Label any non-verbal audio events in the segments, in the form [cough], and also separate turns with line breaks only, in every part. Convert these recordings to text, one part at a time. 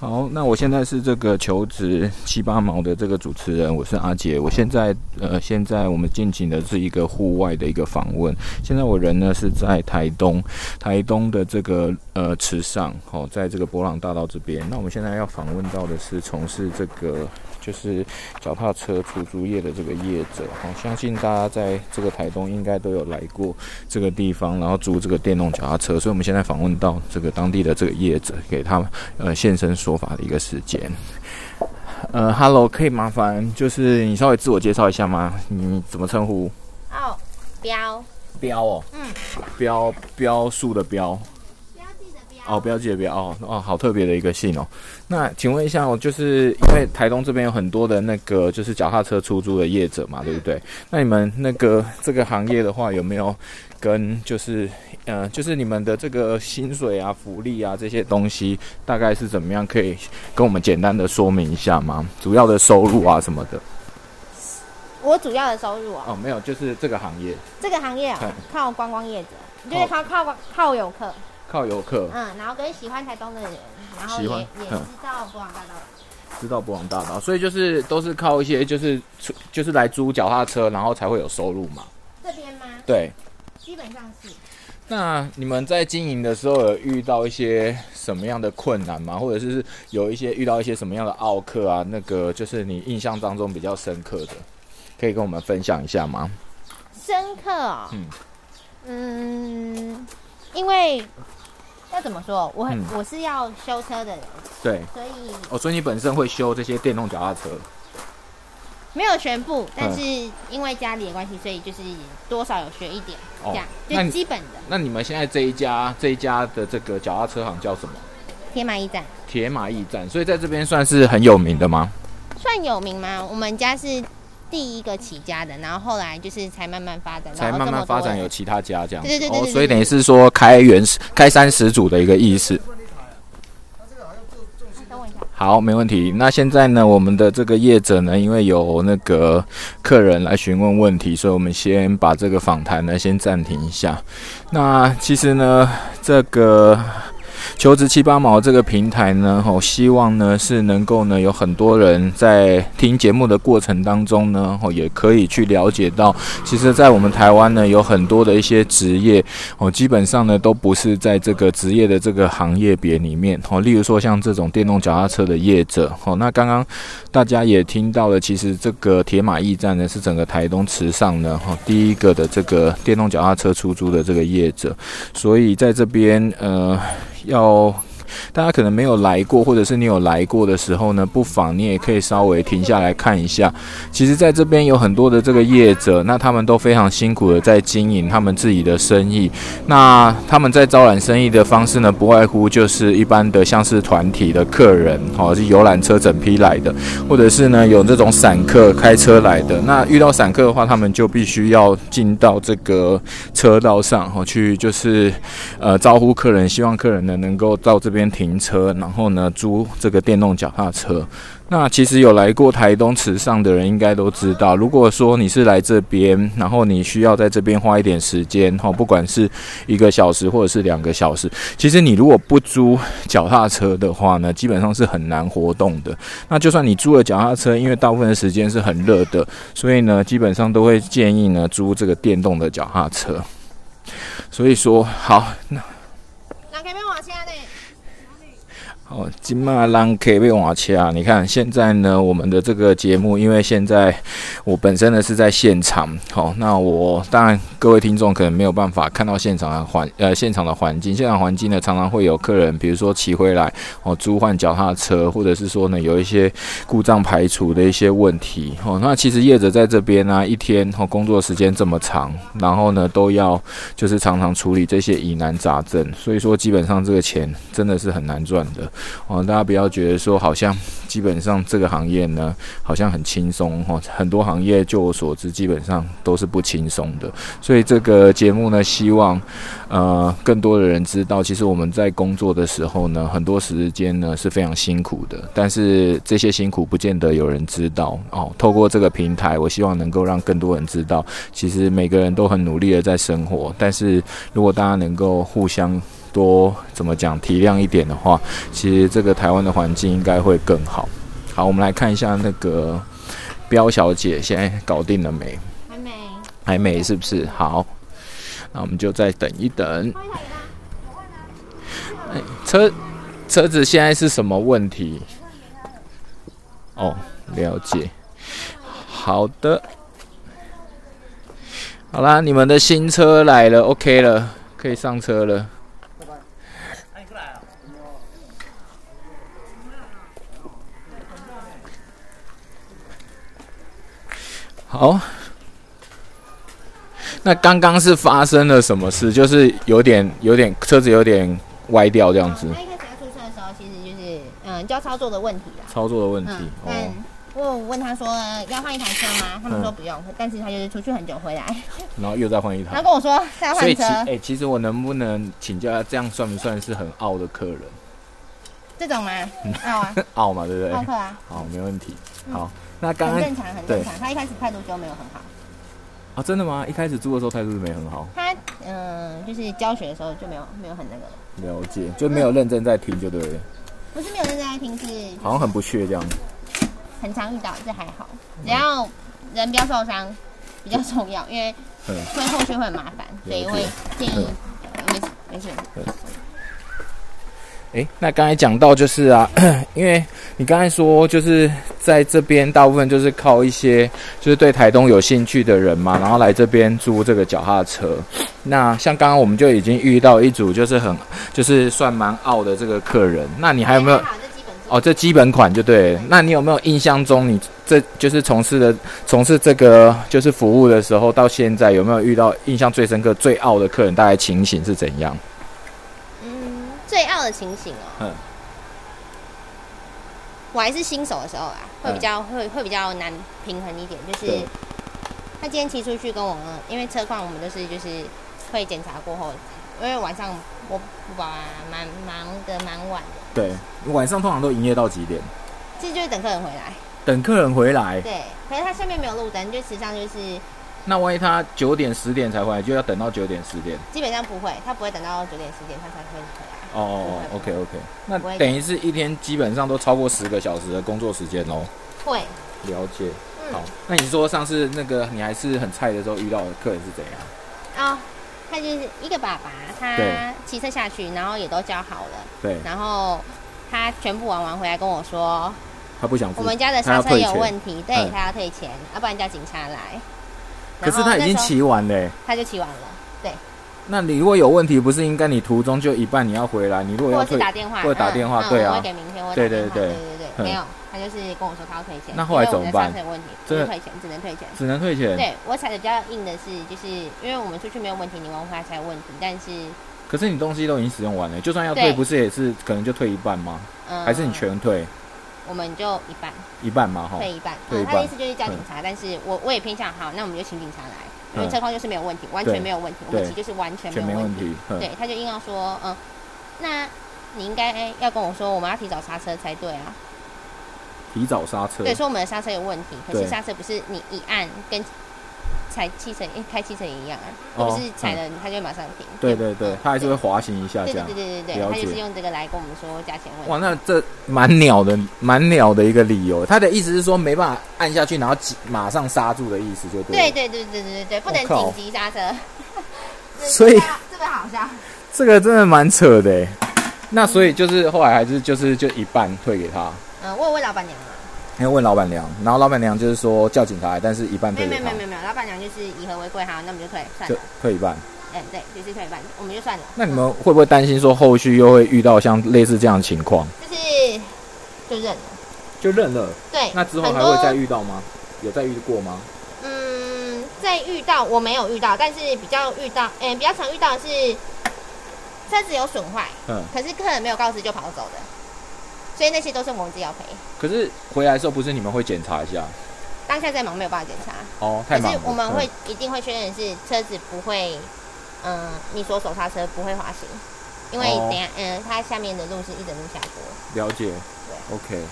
好，那我现在是这个求职七八毛的这个主持人，我是阿杰。我现在呃，现在我们进行的是一个户外的一个访问。现在我人呢是在台东，台东的这个呃池上，好、在这个博朗大道这边。那我们现在要访问到的是从事这个就是脚踏车出租业的这个业者，好、相信大家在这个台东应该都有来过这个地方，然后租这个电动脚踏车。所以我们现在访问到这个当地的这个业者，给他们。呃现身说法的一个时间。呃，Hello，可以麻烦就是你稍微自我介绍一下吗？你怎么称呼？
哦，标
标哦，
嗯，
标标数的标
标记的标
哦，标记的标哦哦，好特别的一个姓哦。那请问一下哦，就是因为台东这边有很多的那个就是脚踏车出租的业者嘛，对不对？那你们那个这个行业的话，有没有跟就是呃，就是你们的这个薪水啊、福利啊这些东西，大概是怎么样？可以跟我们简单的说明一下吗？主要的收入啊什么的？
我主要的收入哦，
哦，没有，就是这个行业
这个行业哦
对，
靠观光业者，
哦
就是靠靠靠游客，
靠游客，
嗯，然后跟喜欢台东的人，然后
喜
也
欢
也
嗯
知道博朗大道。
知道不往大道，所以就是都是靠一些就是出就是来租脚踏车，然后才会有收入嘛。
这边吗？
对，
基本上是
那你们在经营的时候有遇到一些什么样的困难吗？或者是有一些遇到一些什么样的奥克啊？那个就是你印象当中比较深刻的，可以跟我们分享一下吗？
深刻哦
嗯，
嗯，因为要怎么说，我很
嗯
我是要修车的人，
对，
所以
哦，所以你本身会修这些电动脚踏车，
没有全部，
嗯
但是因为家里的关系，所以就是多少有学一点，
哦
这样
那
就
你
基本的
那你们现在这一家这一家的这个脚踏车行叫什么？
天马一站。
铁马驿站，所以在这边算是很有名的吗？
算有名吗？我们家是第一个起家的，然后后来就是才慢慢发展，
才
然后
慢
这么
慢
多
发展有
人
其他家这样子，
对对对对
哦，
对
所以
对
等于是说开源开山始祖的一个意思。
等我一下，
好，没问题。那现在呢，我们的这个业者呢，因为有那个客人来询问问题，所以我们先把这个访谈呢先暂停一下。那其实呢，这个求职七八毛这个平台呢，吼、希望呢是能够呢有很多人在听节目的过程当中呢，吼、也可以去了解到，其实，在我们台湾呢有很多的一些职业，哦，基本上呢都不是在这个职业的这个行业别里面哦，例如说像这种电动脚踏车的业者哦，那刚刚大家也听到了，其实这个铁马驿站呢是整个台东池上呢哦第一个的这个电动脚踏车出租的这个业者，所以在这边呃要。大家可能没有来过，或者是你有来过的时候呢，不妨你也可以稍微停下来看一下，其实在这边有很多的这个业者，那他们都非常辛苦的在经营他们自己的生意。那他们在招揽生意的方式呢，不外乎就是一般的像是团体的客人，哦，是游览车整批来的，或者是呢有这种散客开车来的。那遇到散客的话，他们就必须要进到这个车道上，哦，去就是呃招呼客人，希望客人呢能够到这边停车，然后呢租这个电动脚踏车。那其实有来过台东池上的人应该都知道，如果说你是来这边，然后你需要在这边花一点时间，哈，不管是一个小时或者是两个小时，其实你如果不租脚踏车的话呢，基本上是很难活动的。那就算你租了脚踏车，因为大部分的时间是很热的，所以呢，基本上都会建议呢租这个电动的脚踏车。所以说，好，
那可以往下呢？
哦，金马浪 K 被瓦切啊！你看现在呢，我们的这个节目，因为现在我本身呢是在现场，好、那我当然各位听众可能没有办法看到现场的环呃现场的环境，现场环境呢常常会有客人，比如说骑回来哦租换脚踏车，或者是说呢有一些故障排除的一些问题，哦，那其实业者在这边呢、一天哦工作时间这么长，然后呢都要就是常常处理这些疑难杂症，所以说基本上这个钱真的是很难赚的。哦，大家不要觉得说好像基本上这个行业呢，好像很轻松哦。很多行业就我所知，基本上都是不轻松的。所以这个节目呢，希望呃更多的人知道，其实我们在工作的时候呢，很多时间呢是非常辛苦的，但是这些辛苦不见得有人知道哦。透过这个平台，我希望能够让更多人知道，其实每个人都很努力的在生活，但是如果大家能够互相多怎么讲体谅一点的话，其实这个台湾的环境应该会更好。好，我们来看一下那个彪小姐现在搞定了没？
还没。
还没是不是？好，那我们就再等一等。哎车车子现在是什么问题？哦，了解。好的，好啦，你们的新车来了，OK 了，可以上车了。好，那刚刚是发生了什么事？就是有点有点车子有点歪掉这样子
嗯，那一开始要出车的时候，其实就是嗯教操作的问题啦。
操作的问题
嗯，
哦。
但我有问他说要换一台车吗？他们说不用，但是他就是出去很久回来，
嗯然后又再换一
然
台
后。跟我说他要
所以
换
其
车，
哎、其实我能不能请教一下，这样算不算是很傲的客人？ [laughs]
这种吗？
嗯
要啊，
傲嘛，对不对？
好客啊，
好，没问题。
嗯
好，那刚
很
刚
正常，很正常。他一开始态度就没有很好，
啊，真的吗？一开始租的时候态度是没很好，
他嗯就是教学的时候就没有没有很那个了，
了解，就没有认真在听，就对了，
不是没有认真在听，是
好像很不屑这样。
很常遇到，这还好，只要人不要受伤比较重要，因为
嗯
会后续会很麻烦，所以
了解嗯
会建议呃没事没事，
诶，那刚才讲到就是啊， [clears throat] 因为你刚才说就是在这边大部分就是靠一些就是对台东有兴趣的人嘛，然后来这边租这个脚踏车。那像刚刚我们就已经遇到一组就是很就是算蛮傲的这个客人，那你还有没有
还？好这基本做
哦，这基本款就对了。那你有没有印象中，你这就是从事的从事这个就是服务的时候，到现在有没有遇到印象最深刻、最傲的客人？大概情形是怎样？
嗯，最傲的情形哦、
嗯
我还是新手的时候啊，会比
嗯
较、会会比较难平衡一点，就是
对
他今天骑出去跟我，因为车况我们都是就是会检查过后，因为晚上我哇蛮忙的蛮晚的，
对，晚上通常都营业到几点？
这就是等客人回来，
等客人回来。
对，可是他下面没有路灯，就实际上就是
那万一他九点、十点才回来，就要等到九点、十点。
基本上不会，他不会等到九点十点他才会回来，
哦，OK OK，那
不会
等于是一天基本上都超过十个小时的工作时间喽。
会，
了解。
嗯
好，那你说上次那个你还是很菜的时候遇到的客人是怎样？
啊、他就是一个爸爸，他
对
骑车下去，然后也都教好了。
对
然后他全部玩完回来跟我说，
他不想付
我们家的
他
刹
要
车
退
有
钱。
问题，对
嗯
他要退钱，啊要不然叫警察来。
可是
然后
他已
那
经
时候，
骑完嘞。
他就骑完了，对，
那你如果有问题，不是应该你途中就一半你要回来，你如果
或
要
者是
退，
打电话，
或者打电话
嗯嗯
对啊
我会给明天，我会
对
打电话
对
对
对
对
嗯
对，没有，他就是跟我说他要退钱，
那后来
因为
怎么
我们的
办
刹车有问题，不
真的
是退钱，只能退钱。
只能退钱。
对我踩的比较硬的是，就是因为我们出去没有问题，你玩回来才有问题，但是，
可是你东西都已经使用完了，就算要
对
退，不是也是可能就退一半吗？
嗯，
还是你，全退
我们就一半。
一半嘛？哈，
退一半。
退一
嗯，
半
他的意思就是叫警察，但是我我也偏向好，那我们就请警察来，因
嗯
为车况就是没有问题，完
对
全没有问题，我们
嗯对
骑就是完全
全
没
没
有问
问
题。
题。嗯哼
对，他就硬要说，嗯，那你应该要跟我说，我们要提早刹车才对啊。
提早刹车
对，，说我们的刹车有问题，可
对
是刹车不是你一按跟踩汽车、诶开汽车也一样啊，
哦
又不是踩了它就会马上停。嗯
对对对，他还是会滑行一下这
对对
样
对。对对对，
了
他
解
就是用这个来跟我们说价钱问
哇，
题。
那这蛮鸟的，蛮鸟的一个理由。他的意思是说没办法按下去，然后急马上刹住的意思，就
对
对了。
对对对对对对，不能
我靠
紧急刹车。
所以
这个好笑。
这个真的蛮扯的欸。那所以就是后来还是就是就一半退给他。
嗯，我有问老板娘啊，
因为问老板娘，然后老板娘就是说叫警察来，但是一半
没
退
有没
给
有
他
没有，没有没有，老板娘就是以和为贵，好，那我们就退算
就
了。
退一半。
哎、对，就是退一半，我们就算了。
那你们会不会担心说后续又会遇到像类似这样的情况？
就是就认了，
就认了，
对。
那之后
很
还
多
会再遇到吗？有再遇过吗？
嗯，再遇到我没有遇到，但是比较遇到，嗯、比较常遇到的是车子有损坏，
嗯，
可是客人没有告知就跑走的，所以那些都是我们自己要赔。
可是回来的时候不是你们会检查一下
当下在忙，没有办法检查，
哦，太
可
忙
是
了。
我们会
嗯
一定会确认是车子不会，嗯、你所手刹车不会滑行，因为
哦
呃等一下，嗯、它下面的路是一整路下坡。
了解。OK，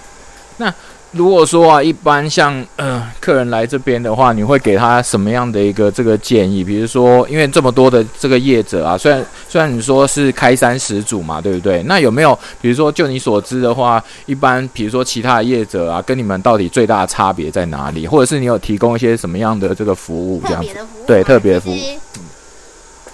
那如果说啊，一般像呃客人来这边的话，你会给他什么样的一个这个建议？比如说，因为这么多的这个业者啊，虽然虽然你说是开山始祖嘛，对不对？那有没有比如说就你所知的话，一般比如说其他的业者啊，跟你们到底最大的差别在哪里？或者是你有提供一些什么样的这个服务这
特
样
别
子？
的服务嘛，
嗯对特别的服务
就是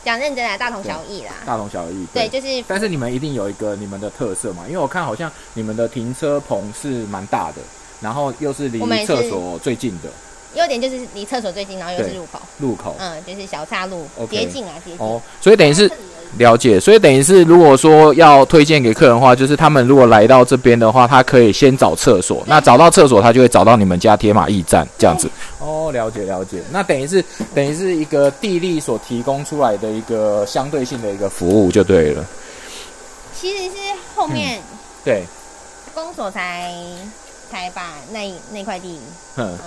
讲认真来，大同小异啦。
大同小异。
对，就是
但是你们一定有一个你们的特色嘛，因为我看好像你们的停车棚是蛮大的，然后又是离
我们也是
厕所最近的
优点就是离厕所最近，然后又是
对
入口，
路口。
嗯，就是小岔路
OK
捷径啊，捷径。
哦，所以等于是
这里而已
了解，所以等于是如果说要推荐给客人的话，就是他们如果来到这边的话，他可以先找厕所，那找到厕所，他就会找到你们家铁马驿站这样子。哦，了解了解，那等于是等于是一个地利所提供出来的一个相对性的一个服务就对了。
其实是后面
对，
公所才才把那一那块地，
哼，
呃，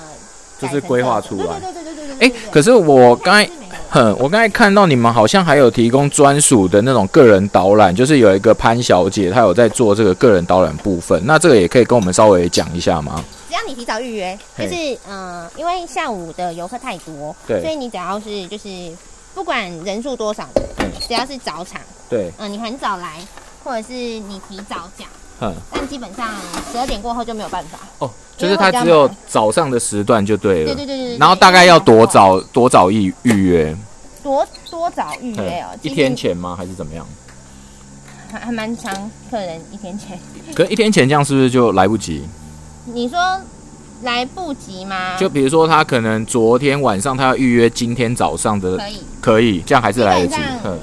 就是规划出来
改成厕所对对对对对
嗯诶
对对对。
可是我刚才
是没有
哼，我刚才看到你们好像还有提供专属的那种个人导览，就是有一个潘小姐，她有在做这个个人导览部分，那这个也可以跟我们稍微讲一下吗？
只要你提早预约，就
嘿
是呃，因为下午的游客太多，
对
所以你只要是就是不管人数多少，
嗯
只要是早场，
对，
嗯、你很早来，或者是你提早讲，
哼，
但基本上十二点过后就没有办法。
哦，就是它只有早上的时段就对了。
对对对对对
然后大概要多早多早预预约？哦
多多早预约哦
嗯，
其
一
实
天前吗？还是怎么样？
还还蛮长，客人一天前。 [laughs]
可是一天前这样是不是就来不及？
你说来不及吗？
就比如说他可能昨天晚上他要预约今天早上的，
可以，
可以嗯这样还是来得及
基本上。
嗯，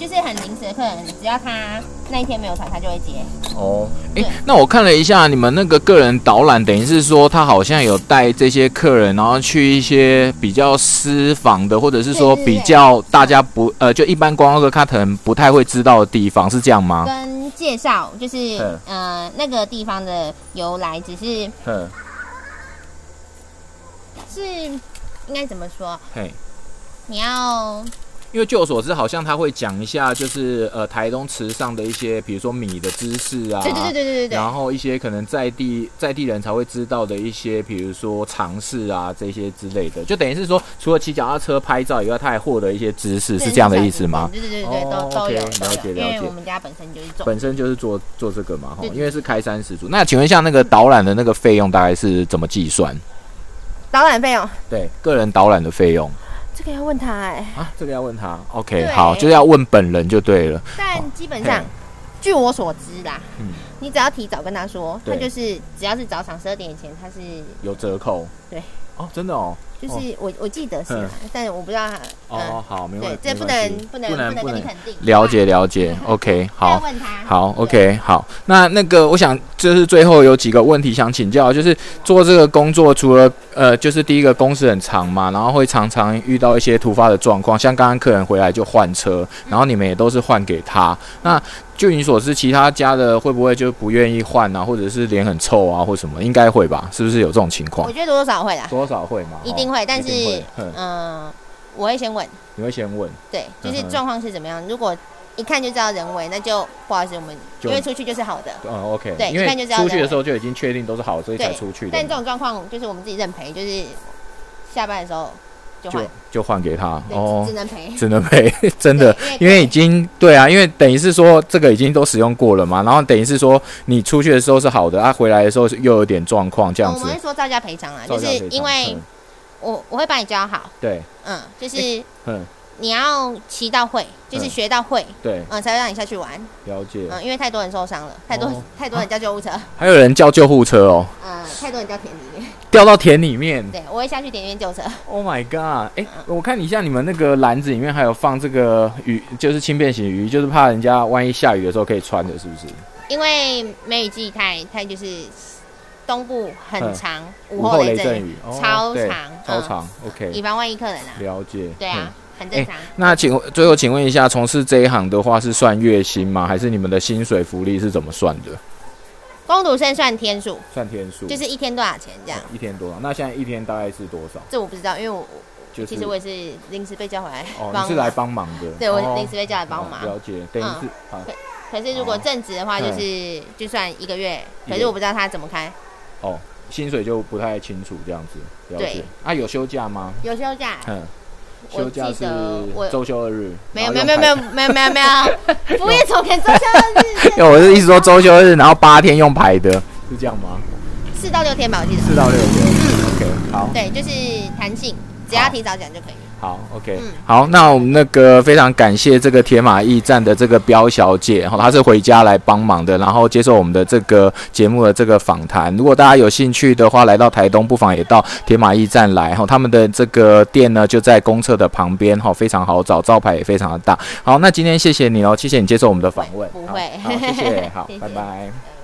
就是很临时的客人，只要他那一天没有传，他就会接。
哦，诶，
对
那我看了一下你们那个个人导览，等于是说他好像有带这些客人，然后去一些比较私房的，或者是说
对对对
比较大家不呃，就一般观光客他可能不太会知道的地方，是这样吗？
跟介绍就是
嗯
呃那个地方的由来，只是
嗯，
是应该怎么说？
嘿。
你要
因为据我所知，好像他会讲一下，就是呃，台东池上的一些，比如说米的知识啊，
对对对对对对对
然后一些可能在地在地人才会知道的一些，比如说尝试啊这些之类的，就等于是说，除了骑脚踏车拍照以外，他还获得一些知识，
对，
是这样的意思吗？
对对对对，对
哦
都都有
OK，
都
了解
有，因
了
为
解
我们家本身就是种。
本身就是做做这个嘛，哈，
对
因为是开山始祖。那请问一下，那个导览的那个费用大概是怎么计算？
导览费用
对，个人导览的费用
这个要问他哎，
啊，这个要问他。OK，
对
好，就是要问本人就对了。
但基本
嘿
上据我所知啦
嗯，
你只要提早跟他说，他
对
就是只要是早场十二点以前，他是
有折扣？
对，
哦，真的哦。
就是我我记得是
嗯
啦，但我不知道他
哦
嗯，，
好，没问
对
题，，
这不
没关
能
系
不能
不能
能
不
跟你
能
肯定，
了解了解，OK，
要
好。
问他，
好
对
，OK，好。那那个，我想就是最后有几个问题想请教，就是做这个工作，除了呃，就是第一个工时很长嘛，然后会常常遇到一些突发的状况，像刚刚客人回来就换车，然后你们也都是换给他。那就你所知，其他家的会不会就不愿意换啊，或者是脸很臭啊，或什么？应该会吧？是不是有这种情况
我？觉得多多少少会啦，
多少会嘛？
一定
哦
会，但
一定
是
会嗯
嗯，我会先问，
你会先问。
对，就
嗯
是
哼
状况是怎么样，如果一看就知道人为，那就不好意思，我们
就
因为出去就是好的，
嗯，OK，
对
因
一看就
为
知道
出去
人
的
为
时候就已经确定都是好，所以才
对
出去的嘛。
但这种状况就是我们自己认赔，就是下班的时候就换
就，就换给他
对
哦
只，能赔，
只能赔， [laughs] 真的，
对
因为已经对啊，因为等于是说这个已经都使用过了嘛，然后等于是说你出去的时候是好的，啊，回来的时候是又有点状况这样
哦我
子
们会，说造价赔偿啦，就
照
是
样赔偿
因为
嗯
我我会把你教好，
对，
嗯，就是
诶嗯，
你要骑到会，就是
嗯
学到会，
对，
嗯，才会让你下去玩，
了解。
嗯，因为太多人受伤了，太多
哦
太多人叫救护车，
还有人叫救护车哦，
嗯，太多人叫田里面，
掉到田里面
对我会下去田里面救车，
，Oh my god！哎、我看一下你们那个篮子里面还有放这个鱼，就是轻便型鱼，就是怕人家万一下雨的时候可以穿的，是不是？
因为梅雨季太太就是东部很
嗯
长，
午
午后雷
阵
阵
雨，哦
超
对
长
超
嗯
长，OK，
以防万一客人啊，
了解，
对
嗯
啊，很
哎
正常。
那请最后请问一下，从事这一行的话是算月薪吗？还是你们的薪水福利是怎么算的？
工读生算天数，
算天数，
就是一天多少钱这样？
一天多少？那现在一天大概是多少？
这我不知道，因为我
就是
其实我也是临时被叫回来
哦，
帮
你是来帮忙的，
对我
哦
临时被叫来帮忙
哦了解，等于
嗯
是啊，
可是如果
哦
正职的话，就是就算一个月，可是我不知道他怎么开，
哦，薪水就不太清楚这样子，了
对
解。啊，有休假吗？
有休假。
嗯，
我
休假
记
是
得我
周休二日，
没有
然后
没有
用
没有没有
排，
没有没有
[laughs]
没有，不夜从跟周休二日
因为我是一直说周休二日，然后八天用排的，是这样吗？
四到六天吧，我记得。
四到六天，OK，好。
对，就是弹性，只要提早讲就可以。
好，OK，、
嗯
好，那我们那个非常感谢这个铁马驿站的这个彪小姐，然后她是回家来帮忙的，然后接受我们的这个节目的这个访谈。如果大家有兴趣的话，来到台东，不妨也到铁马驿站来哈，他们的这个店呢就在公厕的旁边哈，非常好找，招牌也非常的大。好，那今天谢谢你哦，谢谢你接受我们的访问，
不
好
会
好，谢谢，好
[laughs] ，谢谢
拜拜。
拜拜